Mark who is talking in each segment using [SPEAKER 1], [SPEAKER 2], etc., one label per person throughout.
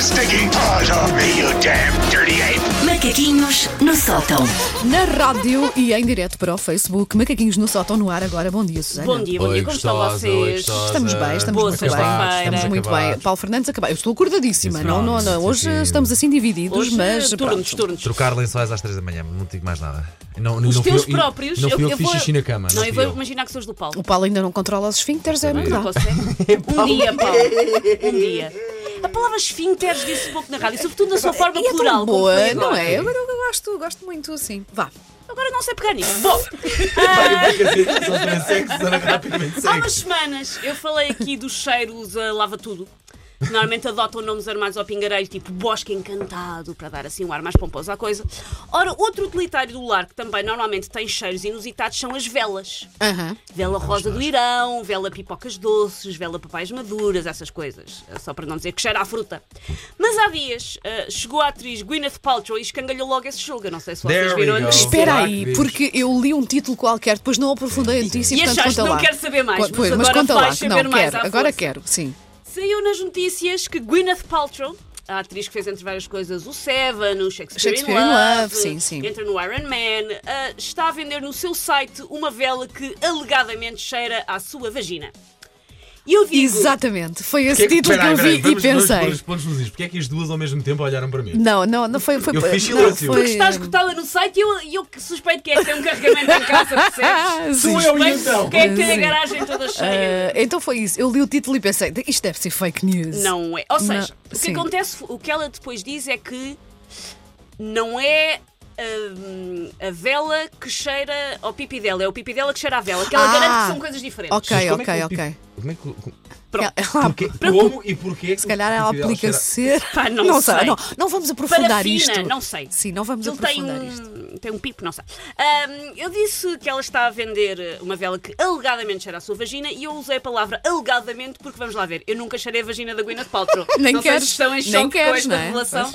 [SPEAKER 1] sticking paws off me, you damn dirty ape!
[SPEAKER 2] Macaquinhos no sótão.
[SPEAKER 3] Na rádio e em direto para o Facebook, Macaquinhos no sótão no ar agora. Bom dia, Susana.
[SPEAKER 4] Bom dia, bom dia,
[SPEAKER 5] Oi,
[SPEAKER 4] como estão
[SPEAKER 5] gostosa, oi,
[SPEAKER 4] vocês?
[SPEAKER 5] gostosa.
[SPEAKER 3] Estamos bem, estamos
[SPEAKER 4] Boa
[SPEAKER 3] muito bem.
[SPEAKER 4] sexta-feira.
[SPEAKER 3] Estamos muito bem.
[SPEAKER 5] Acabados.
[SPEAKER 3] Paulo Fernandes acabado. Eu estou acordadíssima.
[SPEAKER 5] Sim,
[SPEAKER 3] Não, não, não.
[SPEAKER 5] sim,
[SPEAKER 3] Hoje
[SPEAKER 5] sim.
[SPEAKER 3] estamos assim divididos,
[SPEAKER 4] Hoje, é
[SPEAKER 3] mas.
[SPEAKER 4] turnos,
[SPEAKER 3] pronto.
[SPEAKER 4] turnos.
[SPEAKER 5] Trocar lençóis às 3 da manhã, não digo mais nada. Não, não
[SPEAKER 4] Os
[SPEAKER 5] fui
[SPEAKER 4] teus
[SPEAKER 5] eu-
[SPEAKER 4] próprios.
[SPEAKER 5] Não fui eu,
[SPEAKER 4] eu
[SPEAKER 5] que fiz
[SPEAKER 4] vou-
[SPEAKER 5] xixi na cama.
[SPEAKER 4] Não,
[SPEAKER 5] fui
[SPEAKER 4] eu vou
[SPEAKER 5] eu.
[SPEAKER 4] imaginar que são os do Paulo.
[SPEAKER 3] O Paulo ainda não controla os esfíncteres, é
[SPEAKER 4] Não
[SPEAKER 3] verdade.
[SPEAKER 4] consegue? Um dia, Paulo. Um dia. A palavra esfínteres disse pouco na rádio, sobretudo na sua forma
[SPEAKER 3] E é
[SPEAKER 4] plural.
[SPEAKER 3] tão
[SPEAKER 4] como
[SPEAKER 3] boa,
[SPEAKER 4] foi agora.
[SPEAKER 3] não é? Eu, eu gosto, gosto muito assim. Vá.
[SPEAKER 4] Agora não sei pegar nisso. Ah, Bom,
[SPEAKER 5] Só também sexo, era rapidamente
[SPEAKER 4] há
[SPEAKER 5] sexo.
[SPEAKER 4] umas semanas eu falei aqui dos cheiros a lava tudo. que Normalmente adotam nomes armados ao pingareiro, tipo Bosque Encantado, para dar assim um ar mais pomposo à coisa. Ora, outro utilitário do lar que também normalmente tem cheiros inusitados são as velas.
[SPEAKER 3] Aham.
[SPEAKER 4] Vela rosa do Irão, vela pipocas doces, vela papais maduras, essas coisas. Eh, Só para não dizer que cheira à fruta. Mas há dias eh, chegou a atriz Gwyneth Paltrow e escangalhou logo esse jogo. Eu não sei se vocês
[SPEAKER 5] There we
[SPEAKER 4] viram a
[SPEAKER 5] go.
[SPEAKER 4] notícia.
[SPEAKER 3] Espera
[SPEAKER 5] Será que
[SPEAKER 3] aí,
[SPEAKER 5] diz?
[SPEAKER 3] porque eu li um título qualquer, depois não aprofundei a notícia.
[SPEAKER 4] E
[SPEAKER 3] portanto,
[SPEAKER 4] achaste,
[SPEAKER 3] conta
[SPEAKER 4] não
[SPEAKER 3] lá.
[SPEAKER 4] quero saber mais,
[SPEAKER 3] Co-
[SPEAKER 4] mas
[SPEAKER 3] Pois, mas
[SPEAKER 4] agora
[SPEAKER 3] conta lá.
[SPEAKER 4] vais saber
[SPEAKER 3] Não,
[SPEAKER 4] mais
[SPEAKER 3] quero.
[SPEAKER 4] à
[SPEAKER 3] Agora
[SPEAKER 4] força.
[SPEAKER 3] quero, sim.
[SPEAKER 4] Saiu nas notícias que Gwyneth Paltrow, a atriz que fez entre várias coisas o Seven, o Shakespeare,
[SPEAKER 3] Shakespeare in Love, sim, sim.
[SPEAKER 4] entra no Iron Man, ah, está a vender no seu site uma vela que alegadamente cheira à sua vagina. E eu digo,
[SPEAKER 3] Exatamente, foi esse
[SPEAKER 5] Porquê que-
[SPEAKER 3] título
[SPEAKER 5] peraí,
[SPEAKER 3] que eu
[SPEAKER 5] peraí,
[SPEAKER 3] vi
[SPEAKER 5] vamos-
[SPEAKER 3] e
[SPEAKER 5] vamos
[SPEAKER 3] um pensei.
[SPEAKER 5] pôr os pontos nos is. Porquê é que as duas ao mesmo tempo olharam para mim?
[SPEAKER 3] Não, não, não foi. foi
[SPEAKER 5] Eu fiz
[SPEAKER 3] não,
[SPEAKER 5] silêncio.
[SPEAKER 3] foi-
[SPEAKER 4] porque está esgotada no site e eu, e eu que suspeito que é que tem um carregamento em casa, percebes?
[SPEAKER 3] Ah, sim.
[SPEAKER 5] Sou eu e
[SPEAKER 4] Mas
[SPEAKER 5] então.
[SPEAKER 4] o que é que tem a
[SPEAKER 3] Sim.
[SPEAKER 4] garagem toda
[SPEAKER 3] Ah,
[SPEAKER 4] cheia?
[SPEAKER 3] então foi isso. Eu li o título e pensei, isto deve ser fake news.
[SPEAKER 4] Não é. Ou seja,
[SPEAKER 3] Não,
[SPEAKER 4] o que
[SPEAKER 3] sim.
[SPEAKER 4] acontece, o que ela depois diz é que não é hum, a vela que cheira ao pipi dela, é o pipi dela que cheira à vela, que ela
[SPEAKER 3] Ah.
[SPEAKER 4] garante que são coisas diferentes.
[SPEAKER 3] Ok,
[SPEAKER 5] Mas como
[SPEAKER 3] ok,
[SPEAKER 5] é que o
[SPEAKER 3] ok.
[SPEAKER 5] tipo- Como é que.
[SPEAKER 4] Pronto.
[SPEAKER 3] Ela-
[SPEAKER 5] Porquê, como e porquê? que
[SPEAKER 3] se
[SPEAKER 5] o
[SPEAKER 3] calhar é ela
[SPEAKER 5] Fidel
[SPEAKER 3] aplica
[SPEAKER 5] cheira-
[SPEAKER 3] ser.
[SPEAKER 4] Pá, não sei.
[SPEAKER 3] Não, não vamos aprofundar
[SPEAKER 4] Parafina,
[SPEAKER 3] isto.
[SPEAKER 4] não sei.
[SPEAKER 3] Sim, não vamos
[SPEAKER 4] Ele tem
[SPEAKER 3] aprofundar
[SPEAKER 4] um,
[SPEAKER 3] isto.
[SPEAKER 4] tem um pipo, não sei. Ahm, eu disse que ela está a vender uma vela que alegadamente cheira à sua vagina e eu usei a palavra alegadamente porque, vamos lá ver, eu nunca cheirei a vagina da Gwyneth Paltrow.
[SPEAKER 3] Nem
[SPEAKER 4] não
[SPEAKER 3] queres,
[SPEAKER 4] sei se estão em
[SPEAKER 3] nem
[SPEAKER 4] choque
[SPEAKER 3] queres,
[SPEAKER 4] com
[SPEAKER 3] não
[SPEAKER 4] esta
[SPEAKER 3] é?
[SPEAKER 4] revelação.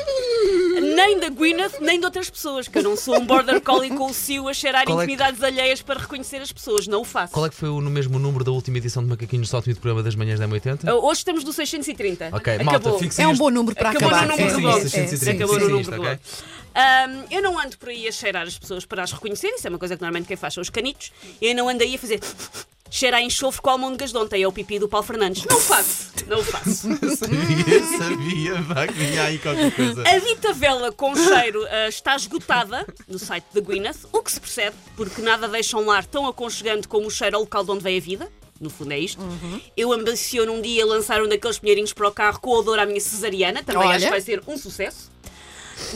[SPEAKER 4] Nem da Gwyneth, nem de outras pessoas, que eu não sou um border collie com o cio a cheirar
[SPEAKER 5] Qual é que-
[SPEAKER 4] intimidades alheias para reconhecer as pessoas. Não o faço.
[SPEAKER 5] Qual é que foi o no mesmo número da última edição de Macaquinhos Sótimo de programa das manhãs da M80?
[SPEAKER 4] Uh, Hoje estamos no 630.
[SPEAKER 5] Ok,
[SPEAKER 4] Acabou.
[SPEAKER 5] malta, fixem
[SPEAKER 3] É um
[SPEAKER 5] este-
[SPEAKER 3] bom número para
[SPEAKER 4] Acabou
[SPEAKER 3] acabar.
[SPEAKER 4] no
[SPEAKER 3] É,
[SPEAKER 4] número
[SPEAKER 3] sim,
[SPEAKER 4] redondo.
[SPEAKER 3] sim, sim, sim,
[SPEAKER 4] Acabou
[SPEAKER 3] sim,
[SPEAKER 4] no
[SPEAKER 3] sim.
[SPEAKER 4] número
[SPEAKER 5] isto,
[SPEAKER 4] redondo.
[SPEAKER 5] ok?
[SPEAKER 4] Ahm, eu não ando por aí a cheirar as pessoas para as reconhecer, isso é uma coisa que normalmente quem faz são os canitos. Eu não ando aí a fazer cheira a enxofre com almôndegas de ontem, é o pipi do Paulo Fernandes. Não o faço, não o faço.
[SPEAKER 5] Sabia, sabia, vá, que vinha aí qualquer coisa.
[SPEAKER 4] A dita vela com cheiro ah, está esgotada no site da Gwyneth, o que se percebe, porque nada deixa um lar tão aconchegante como o cheiro ao local de onde vem a vida. No fundo é isto.
[SPEAKER 5] Uhum.
[SPEAKER 4] Eu ambiciono um dia lançar um daqueles pinheirinhos para o carro com odor à minha cesariana. Também
[SPEAKER 3] Olha.
[SPEAKER 4] acho que vai ser um sucesso.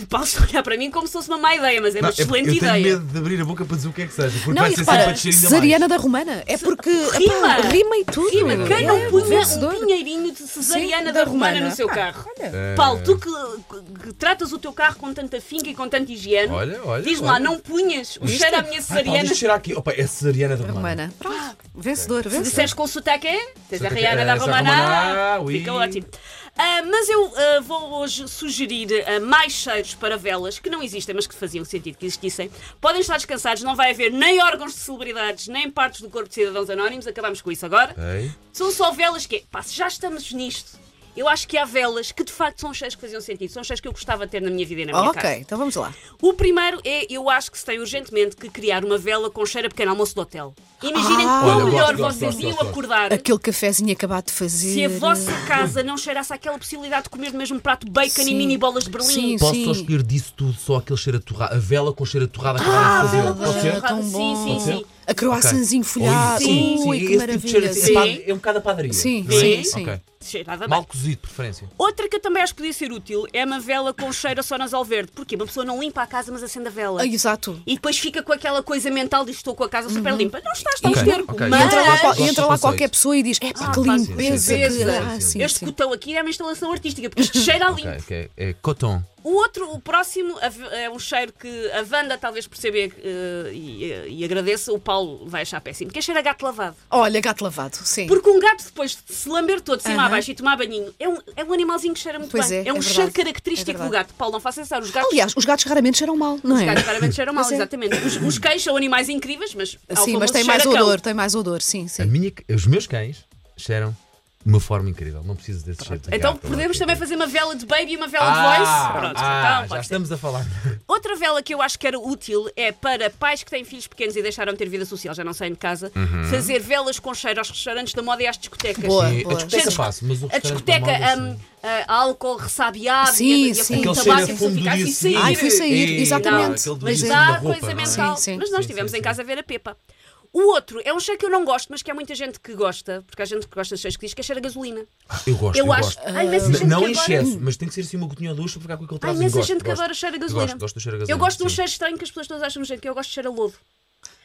[SPEAKER 4] O Paulo está a olhar para mim como se fosse uma má ideia, mas é uma
[SPEAKER 5] Não, é-
[SPEAKER 4] excelente
[SPEAKER 5] eu
[SPEAKER 4] ideia.
[SPEAKER 5] tenho medo de abrir a boca para dizer o que é que seja, porque
[SPEAKER 3] Não, e
[SPEAKER 5] vai ser sempre a
[SPEAKER 3] repara,
[SPEAKER 5] descer ainda
[SPEAKER 3] cesariana
[SPEAKER 5] mais.
[SPEAKER 3] da romana. É porque
[SPEAKER 4] Rima.
[SPEAKER 3] epá, rima e tudo.
[SPEAKER 4] Rima,
[SPEAKER 3] É,
[SPEAKER 4] quem
[SPEAKER 3] é
[SPEAKER 4] não puser
[SPEAKER 3] vencedora.
[SPEAKER 4] um pinheirinho de cesariana
[SPEAKER 3] Sim,
[SPEAKER 4] da,
[SPEAKER 3] da
[SPEAKER 4] romana,
[SPEAKER 3] Romana.
[SPEAKER 4] no seu
[SPEAKER 3] Ah,
[SPEAKER 4] carro?
[SPEAKER 3] olha.
[SPEAKER 4] Paulo, tu que, que tratas o teu carro com tanta finca e com tanto higiene,
[SPEAKER 5] Olha, olha,
[SPEAKER 4] diz-me lá,
[SPEAKER 5] olha.
[SPEAKER 4] não punhas o
[SPEAKER 5] Isto
[SPEAKER 4] cheiro
[SPEAKER 5] é-
[SPEAKER 4] à minha
[SPEAKER 5] Ah, Paulo,
[SPEAKER 4] cesariana?
[SPEAKER 5] isto cheira aqui. Opa, é cesariana da Romana.
[SPEAKER 3] Romana. Pronto, vencedor,
[SPEAKER 4] Ah. Se
[SPEAKER 3] vencedor.
[SPEAKER 4] disseres com o sotaque é? Tens a
[SPEAKER 5] Sotaque,
[SPEAKER 4] Rihanna
[SPEAKER 5] eh,
[SPEAKER 4] da
[SPEAKER 5] essa
[SPEAKER 4] Romaná.
[SPEAKER 5] Romaná, oui.
[SPEAKER 4] Fica ótimo. Ah, mas eu ah, vou hoje sugerir ah, mais cheiros para velas que não existem, mas que faziam sentido que existissem. Podem estar descansados, não vai haver nem órgãos de celebridades, nem partes do corpo de cidadãos anónimos. Acabamos com isso agora.
[SPEAKER 5] Ok.
[SPEAKER 4] São só velas que é. Pá, se já estamos nisto. Eu acho que há velas que de facto são cheiros que faziam sentido, são cheiros que eu gostava de ter na minha vida e na minha casa.
[SPEAKER 3] Ok, então vamos lá.
[SPEAKER 4] O primeiro é, eu acho que se tem urgentemente que criar uma vela com cheiro a pequeno almoço do hotel. Imaginem
[SPEAKER 3] Ah.
[SPEAKER 4] quão
[SPEAKER 5] Olha,
[SPEAKER 4] melhor
[SPEAKER 5] gosto, gosto,
[SPEAKER 4] vocês
[SPEAKER 5] gosto,
[SPEAKER 4] iam
[SPEAKER 5] gosto, gosto.
[SPEAKER 4] acordar
[SPEAKER 3] Aquele cafezinho acabado de fazer.
[SPEAKER 4] se a vossa casa não cheirasse àquela possibilidade de comer no mesmo prato bacon
[SPEAKER 3] Sim.
[SPEAKER 4] e mini bolas de Berlim.
[SPEAKER 3] Sim,
[SPEAKER 5] Posso
[SPEAKER 3] sim.
[SPEAKER 5] só escolher disso tudo, só aquele cheiro a torrada, a vela com cheiro a torrada que
[SPEAKER 4] Ah,
[SPEAKER 5] acabámos de
[SPEAKER 4] vela
[SPEAKER 5] fazer?
[SPEAKER 4] com
[SPEAKER 5] Pode
[SPEAKER 4] cheiro
[SPEAKER 5] ser?
[SPEAKER 4] a torrada. Sim, sim, sim.
[SPEAKER 3] A croissantzinho folhado.
[SPEAKER 5] Oi, sim,
[SPEAKER 3] Ui,
[SPEAKER 5] sim,
[SPEAKER 3] que
[SPEAKER 5] esse tipo de cheiro
[SPEAKER 3] maravilha.
[SPEAKER 5] assim,
[SPEAKER 3] sim.
[SPEAKER 5] é pad- É um bocado a padaria.
[SPEAKER 3] Sim,
[SPEAKER 5] não é?
[SPEAKER 3] sim, sim.
[SPEAKER 5] Ok.
[SPEAKER 4] Cheirava bem.
[SPEAKER 5] Mal cozido, de preferência.
[SPEAKER 4] Outra que eu também acho que podia ser útil é uma vela com cheiro a só nas alverde. Porquê? Uma pessoa não limpa a casa, mas acende a vela.
[SPEAKER 3] Ah, exato.
[SPEAKER 4] E depois fica com aquela coisa mental de estou com a casa super limpa. Não estás, está um
[SPEAKER 5] Uhum. Ok,
[SPEAKER 4] esterco.
[SPEAKER 5] ok.
[SPEAKER 3] E entra lá,
[SPEAKER 4] Mas...
[SPEAKER 3] qual-
[SPEAKER 5] Gosto
[SPEAKER 3] e entra
[SPEAKER 5] do
[SPEAKER 3] lá
[SPEAKER 5] conceito.
[SPEAKER 3] qualquer pessoa e diz: é pá, que
[SPEAKER 4] Ah, pá,
[SPEAKER 5] sim,
[SPEAKER 3] limpeza.
[SPEAKER 5] sim, sim,
[SPEAKER 3] que-
[SPEAKER 5] sim,
[SPEAKER 3] ah,
[SPEAKER 5] sim,
[SPEAKER 3] sim,
[SPEAKER 4] este
[SPEAKER 3] sim.
[SPEAKER 4] cotão aqui é uma instalação artística, porque isto cheira a limpo.
[SPEAKER 5] Ok, ok. É coton.
[SPEAKER 4] O outro, o próximo, a v- é um cheiro que a Wanda talvez perceba eh, e, eh, e agradeça, o Paulo vai achar péssimo, que é cheiro a gato lavado.
[SPEAKER 3] Olha, gato lavado, sim.
[SPEAKER 4] Porque um gato, depois de se lamber todo, de cima
[SPEAKER 3] Aham.
[SPEAKER 4] a baixo e tomar banhinho, é um, é um animalzinho que cheira muito
[SPEAKER 3] Pois
[SPEAKER 4] bem.
[SPEAKER 3] é,
[SPEAKER 4] um
[SPEAKER 3] é
[SPEAKER 4] cheiro
[SPEAKER 3] verdade. É
[SPEAKER 4] característico do
[SPEAKER 3] verdade.
[SPEAKER 4] gato. Paulo, não faça pensar, os gatos.
[SPEAKER 3] Aliás, os gatos raramente cheiram mal, não
[SPEAKER 4] os
[SPEAKER 3] é?
[SPEAKER 4] gatos claramente cheiram mal,
[SPEAKER 3] Pois é.
[SPEAKER 4] exatamente. Os, os cães são animais incríveis, mas. há o
[SPEAKER 3] Sim, mas
[SPEAKER 4] famoso
[SPEAKER 3] tem mais
[SPEAKER 4] cheiro a cão.
[SPEAKER 3] odor, tem mais odor, sim,
[SPEAKER 5] A
[SPEAKER 3] sim.
[SPEAKER 5] minha, os meus cães cheiram de uma forma incrível. Não preciso desse jeito. de
[SPEAKER 4] Então
[SPEAKER 5] gato,
[SPEAKER 4] podemos
[SPEAKER 5] ok.
[SPEAKER 4] também fazer uma vela de baby e uma vela de
[SPEAKER 5] Ah,
[SPEAKER 4] voice. Pronto,
[SPEAKER 5] ah,
[SPEAKER 4] então,
[SPEAKER 5] já
[SPEAKER 4] pode ser.
[SPEAKER 5] estamos a falar.
[SPEAKER 4] Outra vela que eu acho que era útil é para pais que têm filhos pequenos e deixaram de ter vida social, já não saem de casa,
[SPEAKER 5] Uhum.
[SPEAKER 4] fazer velas com cheiro aos restaurantes da moda e às discotecas.
[SPEAKER 3] Boa,
[SPEAKER 5] Sim, É, a
[SPEAKER 3] boa.
[SPEAKER 5] discoteca faço, mas o
[SPEAKER 4] A
[SPEAKER 5] restaurante
[SPEAKER 4] discoteca,
[SPEAKER 5] da moda, é
[SPEAKER 4] hum,
[SPEAKER 5] sim.
[SPEAKER 4] a álcool ressabiado
[SPEAKER 3] Sim,
[SPEAKER 4] e a, e a
[SPEAKER 3] sim.
[SPEAKER 4] com
[SPEAKER 5] Aquele
[SPEAKER 4] tabaco
[SPEAKER 5] cheiro a
[SPEAKER 4] e
[SPEAKER 5] fundo
[SPEAKER 4] fica assim,
[SPEAKER 5] duríssimo.
[SPEAKER 4] sim,
[SPEAKER 3] Ai, fui sair,
[SPEAKER 5] Ei,
[SPEAKER 3] exatamente.
[SPEAKER 5] aquele
[SPEAKER 4] mas
[SPEAKER 5] duríssimo
[SPEAKER 4] dá
[SPEAKER 5] da roupa,
[SPEAKER 4] coisa
[SPEAKER 5] não é?
[SPEAKER 4] mental.
[SPEAKER 3] Sim, sim.
[SPEAKER 4] Mas nós
[SPEAKER 5] Sim,
[SPEAKER 4] estivemos
[SPEAKER 5] sim,
[SPEAKER 4] em
[SPEAKER 5] sim.
[SPEAKER 4] casa a ver a Pepa. O outro é um cheiro que eu não gosto, mas que há muita gente que gosta, porque há gente que gosta de cheiros que diz que é cheiro a gasolina.
[SPEAKER 5] assim. Eu gosto, eu,
[SPEAKER 4] eu acho.
[SPEAKER 5] gosto.
[SPEAKER 4] Há imensa gente
[SPEAKER 5] N- Não
[SPEAKER 4] que
[SPEAKER 5] em
[SPEAKER 4] adora-
[SPEAKER 5] excesso, mas tem que ser assim uma gotinha ou duas para ficar com aquele
[SPEAKER 4] Há
[SPEAKER 5] traço.
[SPEAKER 4] imensa
[SPEAKER 5] Gosto,
[SPEAKER 4] gente que
[SPEAKER 5] gosto.
[SPEAKER 4] adora cheiro a gasolina.
[SPEAKER 5] Gosto, gosto do cheiro a
[SPEAKER 4] Eu
[SPEAKER 5] gasolina.
[SPEAKER 4] gosto de um
[SPEAKER 5] sim.
[SPEAKER 4] cheiro estranho que as pessoas todas acham gente que eu gosto de cheiro a lodo.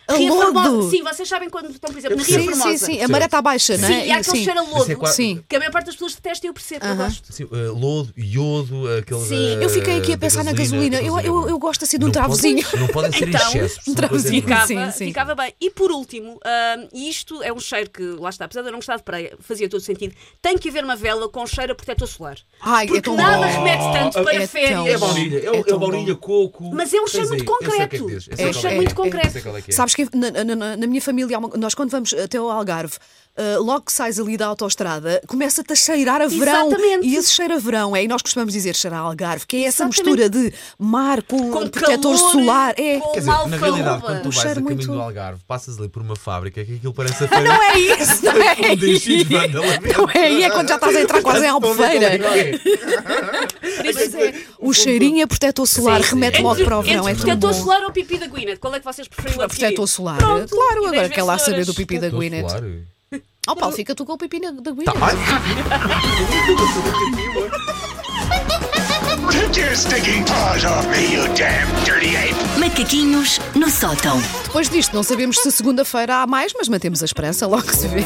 [SPEAKER 3] A
[SPEAKER 4] Ria
[SPEAKER 3] lodo?
[SPEAKER 4] Formosa- Sim, vocês sabem quando estão, por exemplo, na Ria
[SPEAKER 3] Sim,
[SPEAKER 4] Formosa.
[SPEAKER 3] sim, sim. A maré está baixa, não
[SPEAKER 4] Sim,
[SPEAKER 3] é?
[SPEAKER 4] e há aquele cheiro a
[SPEAKER 5] Isso é
[SPEAKER 4] lodo.
[SPEAKER 5] quase-
[SPEAKER 3] Sim.
[SPEAKER 4] Que a maior parte das pessoas detesta e eu percebo, eu
[SPEAKER 3] Aham.
[SPEAKER 4] gosto.
[SPEAKER 5] Sim, eh, lodo, iodo, aquele.
[SPEAKER 4] Sim.
[SPEAKER 5] eh,
[SPEAKER 3] Eu fiquei aqui a
[SPEAKER 5] da
[SPEAKER 3] pensar na gasolina. Eu-
[SPEAKER 5] gasolina.
[SPEAKER 3] eu- eu gosto assim de um
[SPEAKER 5] Não pode-
[SPEAKER 3] travozinho.
[SPEAKER 5] Não podem ser em
[SPEAKER 4] Então,
[SPEAKER 5] excesso.
[SPEAKER 3] um
[SPEAKER 5] são coisas
[SPEAKER 3] travozinho.
[SPEAKER 5] diferentes.
[SPEAKER 4] Ficava,
[SPEAKER 3] Sim, sim.
[SPEAKER 4] ficava bem. E por último, hum, e isto é um cheiro que, lá está, apesar de eu não gostar de praia, fazia todo sentido, tem que haver uma vela com cheiro a protetor solar.
[SPEAKER 3] Ai,
[SPEAKER 4] Porque
[SPEAKER 3] é tão
[SPEAKER 4] nada
[SPEAKER 3] bom.
[SPEAKER 4] remete tanto para
[SPEAKER 3] é tão
[SPEAKER 5] É
[SPEAKER 4] férias.
[SPEAKER 3] bom.
[SPEAKER 5] baunilha, é,
[SPEAKER 3] É
[SPEAKER 5] o- é
[SPEAKER 3] tão
[SPEAKER 5] baunilha, coco.
[SPEAKER 4] Mas é um
[SPEAKER 5] Tens
[SPEAKER 4] cheiro
[SPEAKER 5] aí,
[SPEAKER 4] muito
[SPEAKER 5] eu sei o que é que
[SPEAKER 4] concreto.
[SPEAKER 5] dizes, eu
[SPEAKER 4] É
[SPEAKER 5] sei
[SPEAKER 3] um
[SPEAKER 5] qual
[SPEAKER 3] cheiro
[SPEAKER 5] que
[SPEAKER 3] muito
[SPEAKER 4] concreto.
[SPEAKER 5] Eu sei qual é que é.
[SPEAKER 3] Sabes que na, na- na- na minha família, há uma- nós quando vamos até ao Algarve, eh, logo que sais ali da autoestrada, começa-te a cheirar a verão.
[SPEAKER 4] Exatamente.
[SPEAKER 3] E esse cheiro a verão é, e nós costumamos dizer cheiro a Algarve, que é essa
[SPEAKER 4] Exatamente.
[SPEAKER 3] mistura de mar com,
[SPEAKER 4] Com
[SPEAKER 3] protetor
[SPEAKER 4] calor,
[SPEAKER 3] solar. É.
[SPEAKER 4] com-
[SPEAKER 5] Quer dizer,
[SPEAKER 4] Uma
[SPEAKER 5] na realidade,
[SPEAKER 4] alfarroba.
[SPEAKER 5] quando tu
[SPEAKER 3] Um
[SPEAKER 5] vais a
[SPEAKER 3] cheiro
[SPEAKER 5] caminho
[SPEAKER 3] muito-
[SPEAKER 5] do Algarve, passas ali por uma fábrica que aquilo parece a feira.
[SPEAKER 3] Não é isso, não é
[SPEAKER 5] Um deixinho de
[SPEAKER 3] isso.
[SPEAKER 5] mandamento.
[SPEAKER 3] Não é, e é quando já estás a entrar quase em
[SPEAKER 5] Estão a ver
[SPEAKER 3] Albufeira.
[SPEAKER 5] como é que é.
[SPEAKER 3] Pois é. O cheirinho a protetor solar
[SPEAKER 5] Sim,
[SPEAKER 3] remete
[SPEAKER 5] sim.
[SPEAKER 3] logo para o
[SPEAKER 4] Entre,
[SPEAKER 3] verão. É
[SPEAKER 4] entre
[SPEAKER 3] tão
[SPEAKER 4] protetor
[SPEAKER 3] bom.
[SPEAKER 4] solar ou pipi da Guina, qual é que vocês preferiram
[SPEAKER 3] A
[SPEAKER 4] adquirir?
[SPEAKER 3] protetor solar. é
[SPEAKER 4] Pronto,
[SPEAKER 3] claro,
[SPEAKER 4] ideias
[SPEAKER 3] agora quer lá saber do
[SPEAKER 4] vencedoras.
[SPEAKER 3] pipi da
[SPEAKER 5] Estou a
[SPEAKER 3] Gwyneth.
[SPEAKER 5] falar.
[SPEAKER 3] Ó Paulo, fica tu com o pipi na- da Gwyneth.
[SPEAKER 5] Tá bem?
[SPEAKER 1] Take your stinking paws off me, you damn dirty ape!
[SPEAKER 2] Macaquinhos no sótão.
[SPEAKER 3] Depois disto, não sabemos se segunda-feira há mais, mas mantemos a esperança, logo se vê.